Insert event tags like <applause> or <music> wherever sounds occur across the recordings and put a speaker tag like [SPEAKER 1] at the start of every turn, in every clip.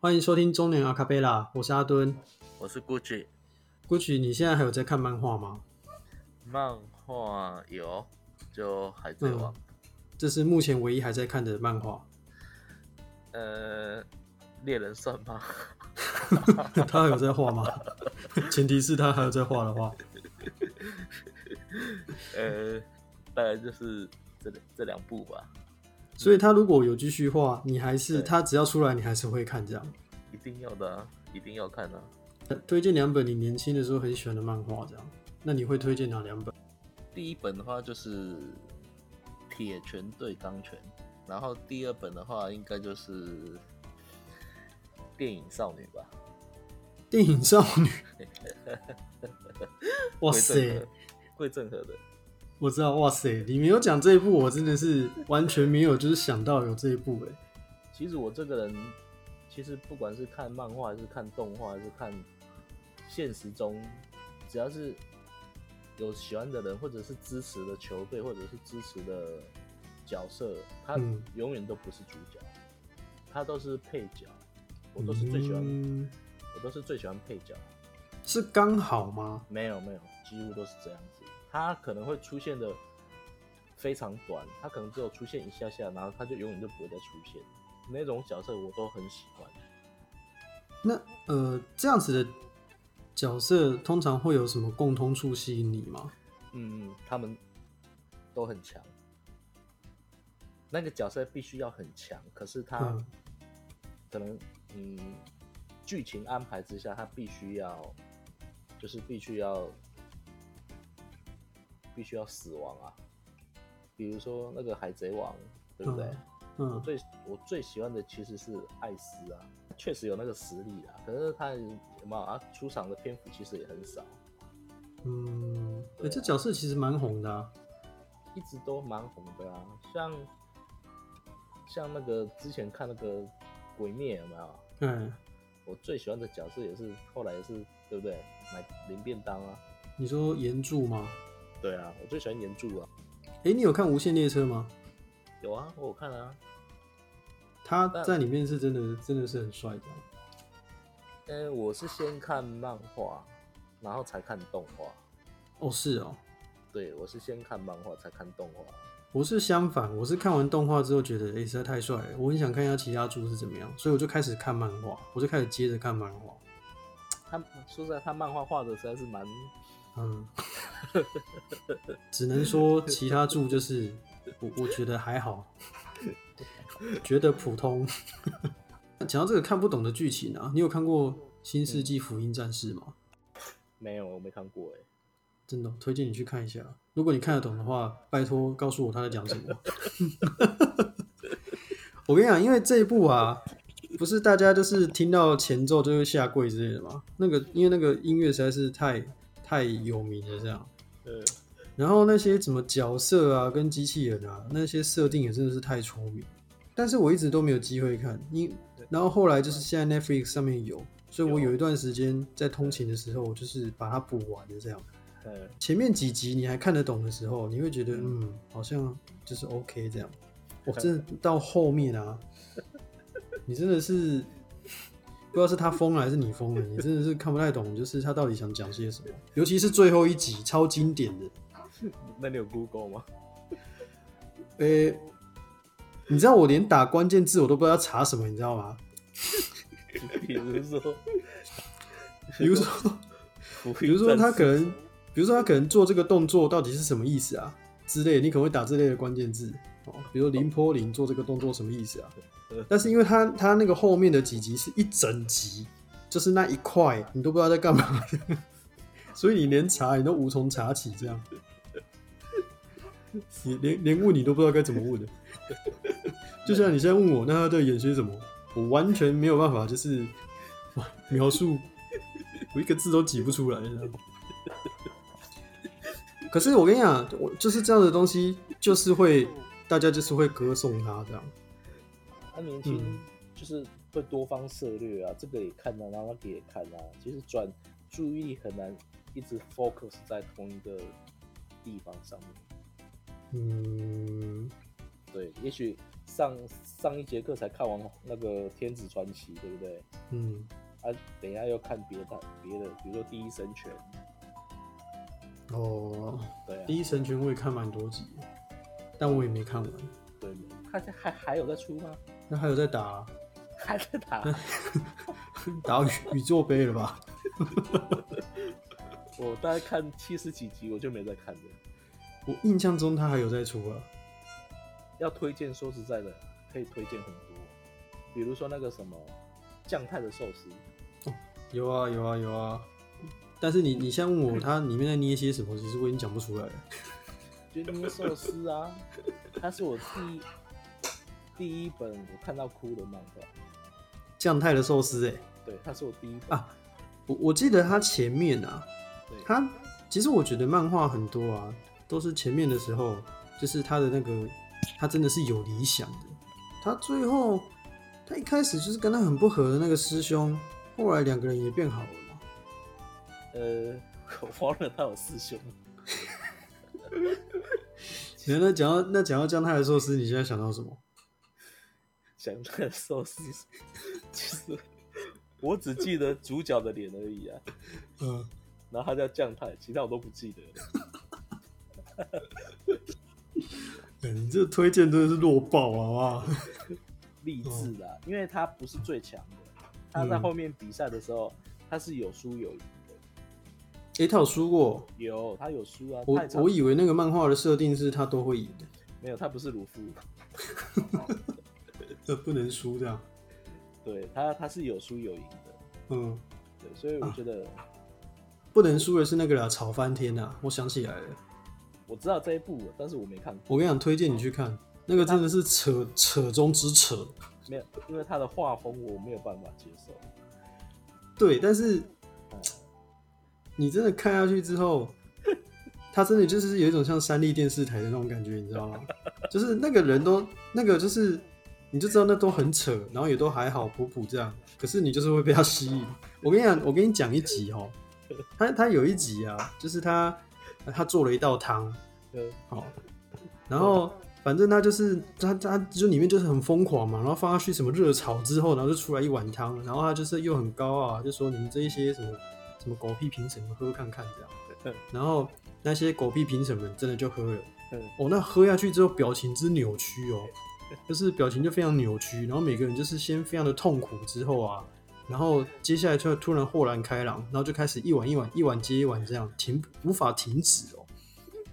[SPEAKER 1] 欢迎收听中年阿卡贝拉，我是阿敦。
[SPEAKER 2] 我是 Gucci。
[SPEAKER 1] Gucci，你现在还有在看漫画吗？
[SPEAKER 2] 漫画有，就《海贼王》
[SPEAKER 1] 这是目前唯一还在看的漫画。
[SPEAKER 2] 呃，猎人算吗？ <laughs>
[SPEAKER 1] 他还有在画吗？ <laughs> 前提是他还有在画的话，
[SPEAKER 2] 呃，大概就是这这两部吧，
[SPEAKER 1] 所以他如果有继续画，你还是
[SPEAKER 2] 对
[SPEAKER 1] 他只要出来，你还是会看这样。
[SPEAKER 2] 一定要的、啊，一定要看的、啊。
[SPEAKER 1] 呃推荐两本你年轻的时候很喜欢的漫画，这样。那你会推荐哪两本？
[SPEAKER 2] 第一本的话就是《铁拳对钢拳》，然后第二本的话应该就是《电影少女》吧。
[SPEAKER 1] 电影少女。哇塞！
[SPEAKER 2] 桂正和，桂正和的，
[SPEAKER 1] 我知道，哇塞！你没有讲这一部，我真的是完全没有，就是想到有这一部哎、
[SPEAKER 2] 其实我这个人，其实不管是看漫画，还是看动画，还是看现实中，只要是有喜欢的人，或者是支持的球队，或者是支持的角色，他
[SPEAKER 1] 嗯
[SPEAKER 2] 永远都不是主角，他都是配角。我都是最喜欢，
[SPEAKER 1] 嗯
[SPEAKER 2] 我都是最喜欢配角。
[SPEAKER 1] 是刚好吗？
[SPEAKER 2] 没有没有，几乎都是这样子。他可能会出现的非常短，他可能只有出现一下下，然后他就永远就不会再出现。那种角色我都很喜欢。
[SPEAKER 1] 那呃，这样子的角色通常会有什么共通处吸引你吗？
[SPEAKER 2] 嗯，他们都很强。那个角色必须要很强，可是他
[SPEAKER 1] 嗯
[SPEAKER 2] 可能嗯，剧情安排之下，他必须要就是必须要必须要死亡啊。比如说那个海贼王，对不对？
[SPEAKER 1] 嗯
[SPEAKER 2] 我
[SPEAKER 1] 嗯，
[SPEAKER 2] 最我最喜欢的其实是艾斯啊，确实有那个实力啊，可是他有没有啊？出场的篇幅其实也很少。
[SPEAKER 1] 嗯，哎、
[SPEAKER 2] 对啊
[SPEAKER 1] 这角色其实蛮红的、啊。
[SPEAKER 2] 一直都蛮红的啊，像像那个之前看那个《鬼灭》有没有？
[SPEAKER 1] 哎，
[SPEAKER 2] 我最喜欢的角色也是后来也是对不对？买零便当啊，
[SPEAKER 1] 你说岩柱吗？
[SPEAKER 2] 对啊，我最喜欢岩柱啊，
[SPEAKER 1] 哎、你有看《无限列车》吗？
[SPEAKER 2] 有啊，我有看啊，
[SPEAKER 1] 他
[SPEAKER 2] 但
[SPEAKER 1] 在里面是真的，真的是很帅的。啊
[SPEAKER 2] 嗯，我是先看漫画，然后才看动画，
[SPEAKER 1] 哦，是哦，
[SPEAKER 2] 对我是先看漫画才看动画，
[SPEAKER 1] 我是相反，我是看完动画之后觉得，哎、实在太帅了，我很想看一下其他猪是怎么样，所以我就开始看漫画，我就开始接着看漫画。
[SPEAKER 2] 他说实在，他漫画画的实在是蛮，
[SPEAKER 1] 嗯， <laughs> 只能说其他柱就是我我觉得还好，觉得普通。 <laughs> 讲到这个看不懂的剧情啊，你有看过《新世纪福音战士》吗？
[SPEAKER 2] 没有，我没看过哎、
[SPEAKER 1] 真的推荐你去看一下，如果你看得懂的话，拜托告诉我他在讲什么。 <laughs> 我跟你讲，因为这一部啊，不是大家就是听到前奏就会下跪之类的嘛，那个因为那个音乐实在是太太有名了，这样。
[SPEAKER 2] 呃，
[SPEAKER 1] 然后那些什么角色啊，跟机器人啊，那些设定也真的是太出名，但是我一直都没有机会看。因然后后来就是现在 Netflix 上面有，所以我有一段时间在通勤的时候，我就是把它补完的这样。
[SPEAKER 2] 嗯，
[SPEAKER 1] 前面几集你还看得懂的时候，你会觉得嗯，好像就是 OK <laughs> 这样。我真的到后面啊，你真的是不知道是他疯了还是你疯了，你真的是看不太懂，就是他到底想讲些什么。尤其是最后一集，超经典的。
[SPEAKER 2] <laughs> 那你有 Google 吗？
[SPEAKER 1] 诶、你知道我连打关键字我都不知道要查什么，你知道吗？
[SPEAKER 2] <laughs> 比如 <laughs> 说，
[SPEAKER 1] 比如说，比如说他可能，比如说他可能做这个动作到底是什么意思啊之类的，你可能会打这类的关键字哦，比如林坡林做这个动作什么意思啊？但是因为他他那个后面的几集是一整集，就是那一块你都不知道在干嘛 <laughs> 所以你连查你都无从查起，这样，你连连问你都不知道该怎么问的。 <laughs> 就像你现在问我，那他在演些什么，我完全没有办法，就是哇描述，我一个字都挤不出来。你知道吗可是我跟你讲，我就是这样的东西，就是会大家就是会歌颂他这样。
[SPEAKER 2] 他年轻
[SPEAKER 1] 嗯
[SPEAKER 2] 就是会多方涉略啊，这个也看啊，然后那个也看啊。其实转注意力很难一直 focus 在同一个地方上面。
[SPEAKER 1] 嗯，
[SPEAKER 2] 对，也许上上一节课才看完那个《天子传奇》，对不对？
[SPEAKER 1] 嗯，
[SPEAKER 2] 啊，等一下又看别的别的，比如说《第一神拳》，
[SPEAKER 1] 哦，
[SPEAKER 2] 对啊，
[SPEAKER 1] 第一神拳我也看蛮多集的，但我也没看完。
[SPEAKER 2] 对，他这还还有在出吗？
[SPEAKER 1] 那还有在打 <laughs> 啊、
[SPEAKER 2] 还在
[SPEAKER 1] <laughs>
[SPEAKER 2] 打？
[SPEAKER 1] 打宇宇宙杯了吧？
[SPEAKER 2] 我大概看七十几集，我就没再看了。
[SPEAKER 1] 我印象中他还有在出啊。
[SPEAKER 2] 要推荐，说实在的，可以推荐很多，比如说那个什么酱太的寿司，
[SPEAKER 1] 有啊有啊有啊，但是你你现在问我它里面在捏些什么，其实我已经讲不出来了。
[SPEAKER 2] 就捏寿司啊，它是我第一第一本我看到哭的漫画，
[SPEAKER 1] 酱太的寿司哎、
[SPEAKER 2] 对，它是我第一本，
[SPEAKER 1] 啊，我我记得它前面啊，
[SPEAKER 2] 对，
[SPEAKER 1] 它其实我觉得漫画很多啊，都是前面的时候，就是他的那个他真的是有理想的，他最后他一开始就是跟他很不合的那个师兄，后来两个人也变好了嘛。
[SPEAKER 2] 呃，我忘了他有师兄，
[SPEAKER 1] 那那讲到那讲到姜太的寿司，你现在想到什么？
[SPEAKER 2] 酱太的寿司，其实我只记得主角的脸而已啊，
[SPEAKER 1] 嗯，
[SPEAKER 2] 然后他叫酱太，其他我都不记得了。
[SPEAKER 1] 哎你这推荐真的是弱爆啊好不好？
[SPEAKER 2] 励志的啊、因为他不是最强的，他在
[SPEAKER 1] 嗯
[SPEAKER 2] 后面比赛的时候，他是有输有赢的，
[SPEAKER 1] 诶、他有输过，
[SPEAKER 2] 有他有输啊，
[SPEAKER 1] 我
[SPEAKER 2] 他也差
[SPEAKER 1] 我以为那个漫画的设定是他都会赢的，
[SPEAKER 2] 没有他不是鲁夫， <laughs>
[SPEAKER 1] 这呃不能输这样。
[SPEAKER 2] 对他他是有输有赢的，
[SPEAKER 1] 嗯，
[SPEAKER 2] 对，所以我觉得、
[SPEAKER 1] 不能输的是那个啦，吵翻天啦！我想起来了，
[SPEAKER 2] 我知道这一部，但是我没看过，
[SPEAKER 1] 我跟你讲，推荐你去看，那个真的是扯扯中之扯。
[SPEAKER 2] 没有，因为他的画风我没有办法接
[SPEAKER 1] <laughs>
[SPEAKER 2] 受，
[SPEAKER 1] 对，但是你真的看下去之后， <laughs> 他真的就是有一种像三立电视台的那种感觉，你知道吗？就是那个人都那个就是，你就知道那都很扯，然后也都还好普普这样，可是你就是会被他吸引。我跟你讲，我跟你讲一集哦，他他有一集啊，就是他他做了一道汤，
[SPEAKER 2] 呃，
[SPEAKER 1] 好，然后反正他就是他他就里面就是很疯狂嘛，然后放下去什么热炒之后，然后就出来一碗汤，然后他就是又很高啊，就说你们这一些什么什么狗屁评审们喝看看这样，然后那些狗屁评审们真的就喝了，
[SPEAKER 2] 嗯
[SPEAKER 1] 哦，那喝下去之后表情之扭曲哦，就是表情就非常扭曲，然后每个人就是先非常的痛苦之后啊。然后接下来就突然豁然开朗，然后就开始一碗一碗、一碗接一碗这样停，无法停止哦。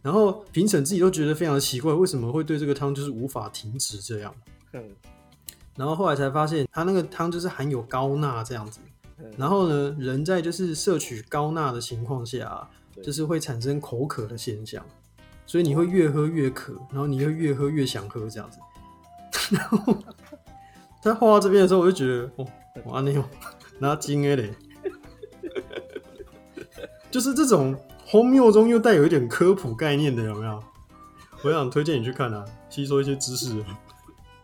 [SPEAKER 1] 然后评审自己都觉得非常奇怪，为什么会对这个汤就是无法停止这样？
[SPEAKER 2] 哼
[SPEAKER 1] 然后后来才发现，它那个汤就是含有高钠这样子。
[SPEAKER 2] 哼
[SPEAKER 1] 然后呢，人在就是摄取高钠的情况下啊、
[SPEAKER 2] 对
[SPEAKER 1] 就是会产生口渴的现象，所以你会越喝越渴，然后你会越喝越想喝这样子。 <laughs> 然后他画到这边的时候，我就觉得，哦，我安尼哦，拿金 A 嘞，就是这种荒谬中又带有一点科普概念的，有没有？我想推荐你去看啊，吸收一些知识。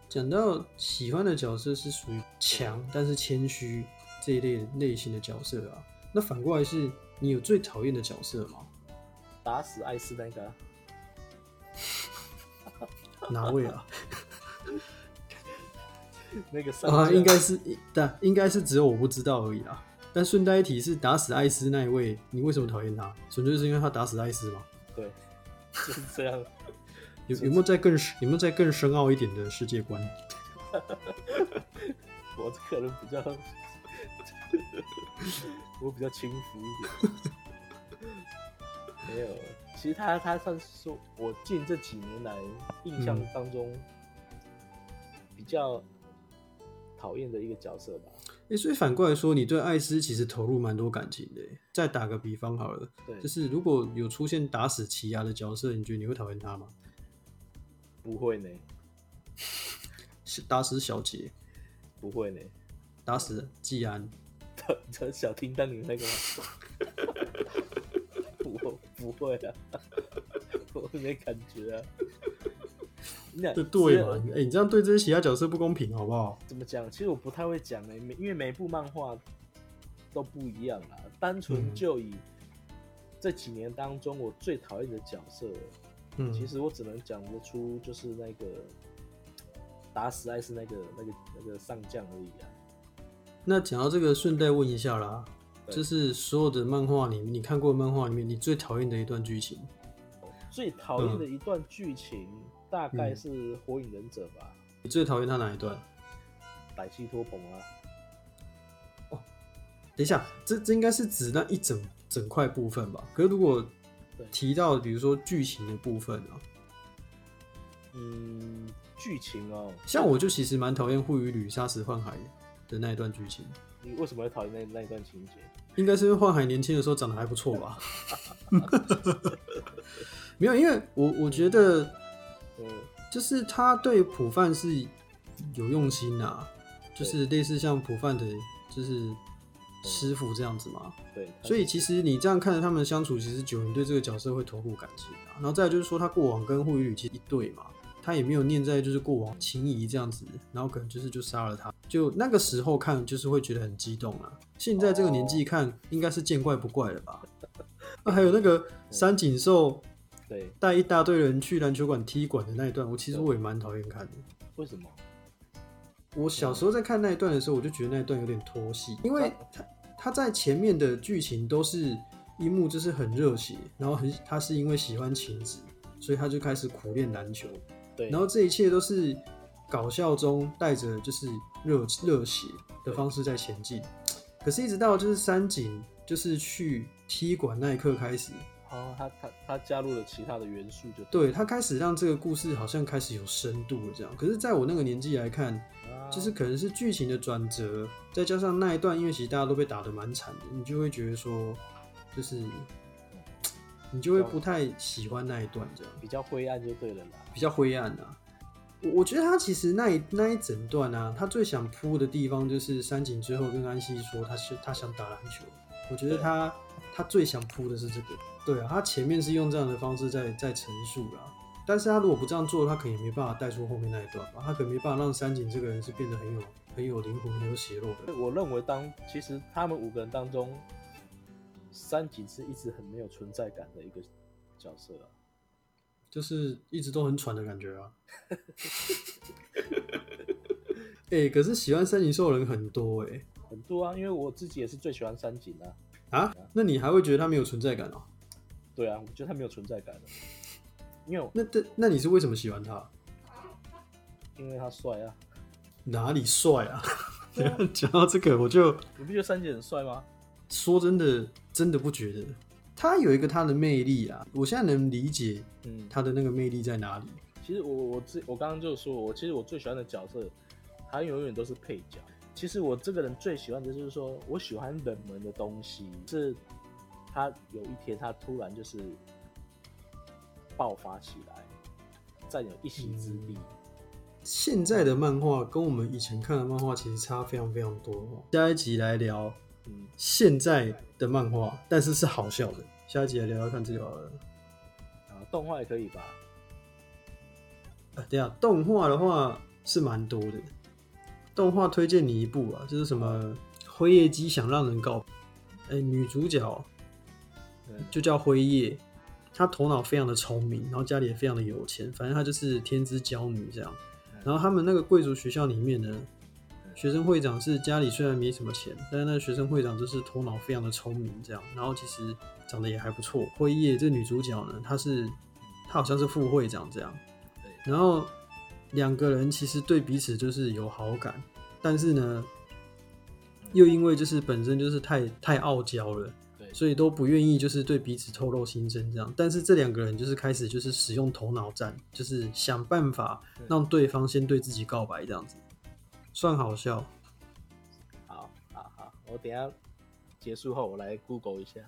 [SPEAKER 1] 讲到喜欢的角色是属于强但是谦虚这一类类型的角色啊，那反过来是你有最讨厌的角色吗？
[SPEAKER 2] 打死艾斯那个啊，
[SPEAKER 1] 哪位啊？
[SPEAKER 2] 那个上
[SPEAKER 1] 啊，
[SPEAKER 2] 将
[SPEAKER 1] 应该是但应该是只有我不知道而已啊。但顺带一提是打死艾斯那一位，你为什么讨厌他？纯粹是因为他打死艾斯吗？
[SPEAKER 2] 对， <laughs> 就是这样，
[SPEAKER 1] 有有没有再更有没有再更深奥一点的世界观？
[SPEAKER 2] 我这个人比较， <laughs> 我比较轻
[SPEAKER 1] <laughs>
[SPEAKER 2] 浮一点。没有，其实他他算是我近这几年来印象当中比较讨厌的一个角色吧。
[SPEAKER 1] 诶、所以反过来说，你对艾斯其实投入蛮多感情的耶。再打个比方好了，
[SPEAKER 2] 对，
[SPEAKER 1] 就是如果有出现打死奇亚的角色，你觉得你会讨厌他吗？
[SPEAKER 2] 不会呢，
[SPEAKER 1] 是打死小杰，
[SPEAKER 2] 不会呢。 <laughs>
[SPEAKER 1] 打死季安，
[SPEAKER 2] 这小叮当你那个吗？ <laughs> 我不会啊， <laughs> 我没感觉啊。那
[SPEAKER 1] 这对
[SPEAKER 2] 只
[SPEAKER 1] 嘛
[SPEAKER 2] 有？
[SPEAKER 1] 哎、你这样对这些其他角色不公平，好不好？
[SPEAKER 2] 怎么讲？其实我不太会讲的、欸每因为每部漫画都不一样啦。单纯
[SPEAKER 1] 嗯
[SPEAKER 2] 就以这几年当中我最讨厌的角色，
[SPEAKER 1] 嗯，
[SPEAKER 2] 其实我只能讲得出就是那个打死爱是那个那个那个上将而已啊。
[SPEAKER 1] 那讲到这个，顺带问一下啦，
[SPEAKER 2] 对
[SPEAKER 1] 就是所有的漫画里面，你看过的漫画里面，你最讨厌的一段剧情？
[SPEAKER 2] 最讨厌的
[SPEAKER 1] 嗯
[SPEAKER 2] 一段剧情大概是《火影忍者》吧，
[SPEAKER 1] 你最讨厌他哪一段？
[SPEAKER 2] 百戏托捧啊，
[SPEAKER 1] 等一下，这这应该是指那一整整块部分吧？可是如果
[SPEAKER 2] 对
[SPEAKER 1] 提到比如说剧情的部分啊，
[SPEAKER 2] 嗯，剧情哦，
[SPEAKER 1] 像我就其实蛮讨厌护羽吕杀死幻海的那一段剧情，
[SPEAKER 2] 你为什么会讨厌那那一段情节？
[SPEAKER 1] 应该是因为幻海年轻的时候长得还不错吧？没有，因为我我觉得
[SPEAKER 2] 嗯，
[SPEAKER 1] 就是他对普范是有用心啊，就是类似像普范的，就是师傅这样子嘛。
[SPEAKER 2] 对，
[SPEAKER 1] 所以其实你这样看着他们相处，其实久，你对这个角色会投入感情啊。然后再来就是说，他过往跟护宇其实一对嘛，他也没有念在就是过往情谊这样子，然后可能就是就杀了他。就那个时候看，就是会觉得很激动啊。现在这个年纪看，应该是见怪不怪了吧？那还有那个三井寿
[SPEAKER 2] 对，
[SPEAKER 1] 带一大堆人去篮球馆踢馆的那一段，我其实我也蛮讨厌看的。
[SPEAKER 2] 为什么？
[SPEAKER 1] 我小时候在看那一段的时候，我就觉得那一段有点拖戏，因为他他在前面的剧情都是樱木就是很热血，然后很他是因为喜欢晴子，所以他就开始苦练篮球，
[SPEAKER 2] 对，
[SPEAKER 1] 然后这一切都是搞笑中带着就是热热血的方式在前进，可是，一直到就是三井就是去踢馆那一刻开始，
[SPEAKER 2] 哦，他他他加入了其他的元素就
[SPEAKER 1] 对他开始让这个故事好像开始有深度了这样，可是在我那个年纪来看，
[SPEAKER 2] 啊
[SPEAKER 1] 就是可能是剧情的转折，再加上那一段，因为其实大家都被打得蛮惨的，你就会觉得说，就是你就会不太喜欢那一段，这样
[SPEAKER 2] 比较灰暗就对了啦。
[SPEAKER 1] 比较灰暗啊。我我觉得他其实那一那一整段啊，他最想扑的地方就是山井之后跟安西说他是他想打篮球，我觉得
[SPEAKER 2] 对
[SPEAKER 1] 他他最想扑的是这个。对啊，他前面是用这样的方式在在陈述啦，但是他如果不这样做，他可能也没办法带出后面那一段吧，他可能没办法让山井这个人是变得很有很有灵魂、很有血肉的。
[SPEAKER 2] 我认为当其实他们五个人当中，三井是一直很没有存在感的一个角色啊。
[SPEAKER 1] 就是一直都很喘的感觉啊。哎、可是喜欢三井寿的人很多哎、
[SPEAKER 2] 很多啊，因为我自己也是最喜欢三井啊。
[SPEAKER 1] 啊，那你还会觉得他没有存在感哦、
[SPEAKER 2] 对啊，我觉得他没有存在感了，因为我
[SPEAKER 1] 那那那你是为什么喜欢他？
[SPEAKER 2] 因为他帅啊。
[SPEAKER 1] 哪里帅 <laughs> 啊？讲到这个，我就
[SPEAKER 2] 你不觉得三井很帅吗？
[SPEAKER 1] 说真的，真的不觉得他有一个他的魅力啊。我现在能理解
[SPEAKER 2] 嗯，
[SPEAKER 1] 他的那个魅力在哪里。
[SPEAKER 2] 其实我我自我刚刚就说，我其实我最喜欢的角色，他永远都是配角。其实我这个人最喜欢的就是说，我喜欢冷门的东西。是他有一天他突然就是爆发起来，占有一席之地。
[SPEAKER 1] 现在的漫画跟我们以前看的漫画其实差非常非常多哦。下一集来聊
[SPEAKER 2] 嗯，
[SPEAKER 1] 现在的漫画，但是是好笑的。下一集来聊聊看这个好了。
[SPEAKER 2] 啊，动画也可以吧？
[SPEAKER 1] 啊，等一下动画的话是蛮多的，动画推荐你一部啊，就是什么《辉夜姬想让人告白》，哎、女主角
[SPEAKER 2] 嗯，
[SPEAKER 1] 就叫辉夜，她头脑非常的聪明，然后家里也非常的有钱，反正她就是天之娇女这样。然后他们那个贵族学校里面呢，学生会长是家里虽然没什么钱，但是那个学生会长就是头脑非常的聪明这样，然后其实长得也还不错。辉夜这女主角呢，她是她好像是副会长这样，然后两个人其实对彼此就是有好感，但是呢，又因为就是本身就是太太傲娇了，
[SPEAKER 2] 对
[SPEAKER 1] 所以都不愿意就是对彼此透露心声这样。但是这两个人就是开始就是使用头脑战，就是想办法
[SPEAKER 2] 对
[SPEAKER 1] 让对方先对自己告白这样子，算好笑。
[SPEAKER 2] 好好好，我等一下结束后我来 Google 一下。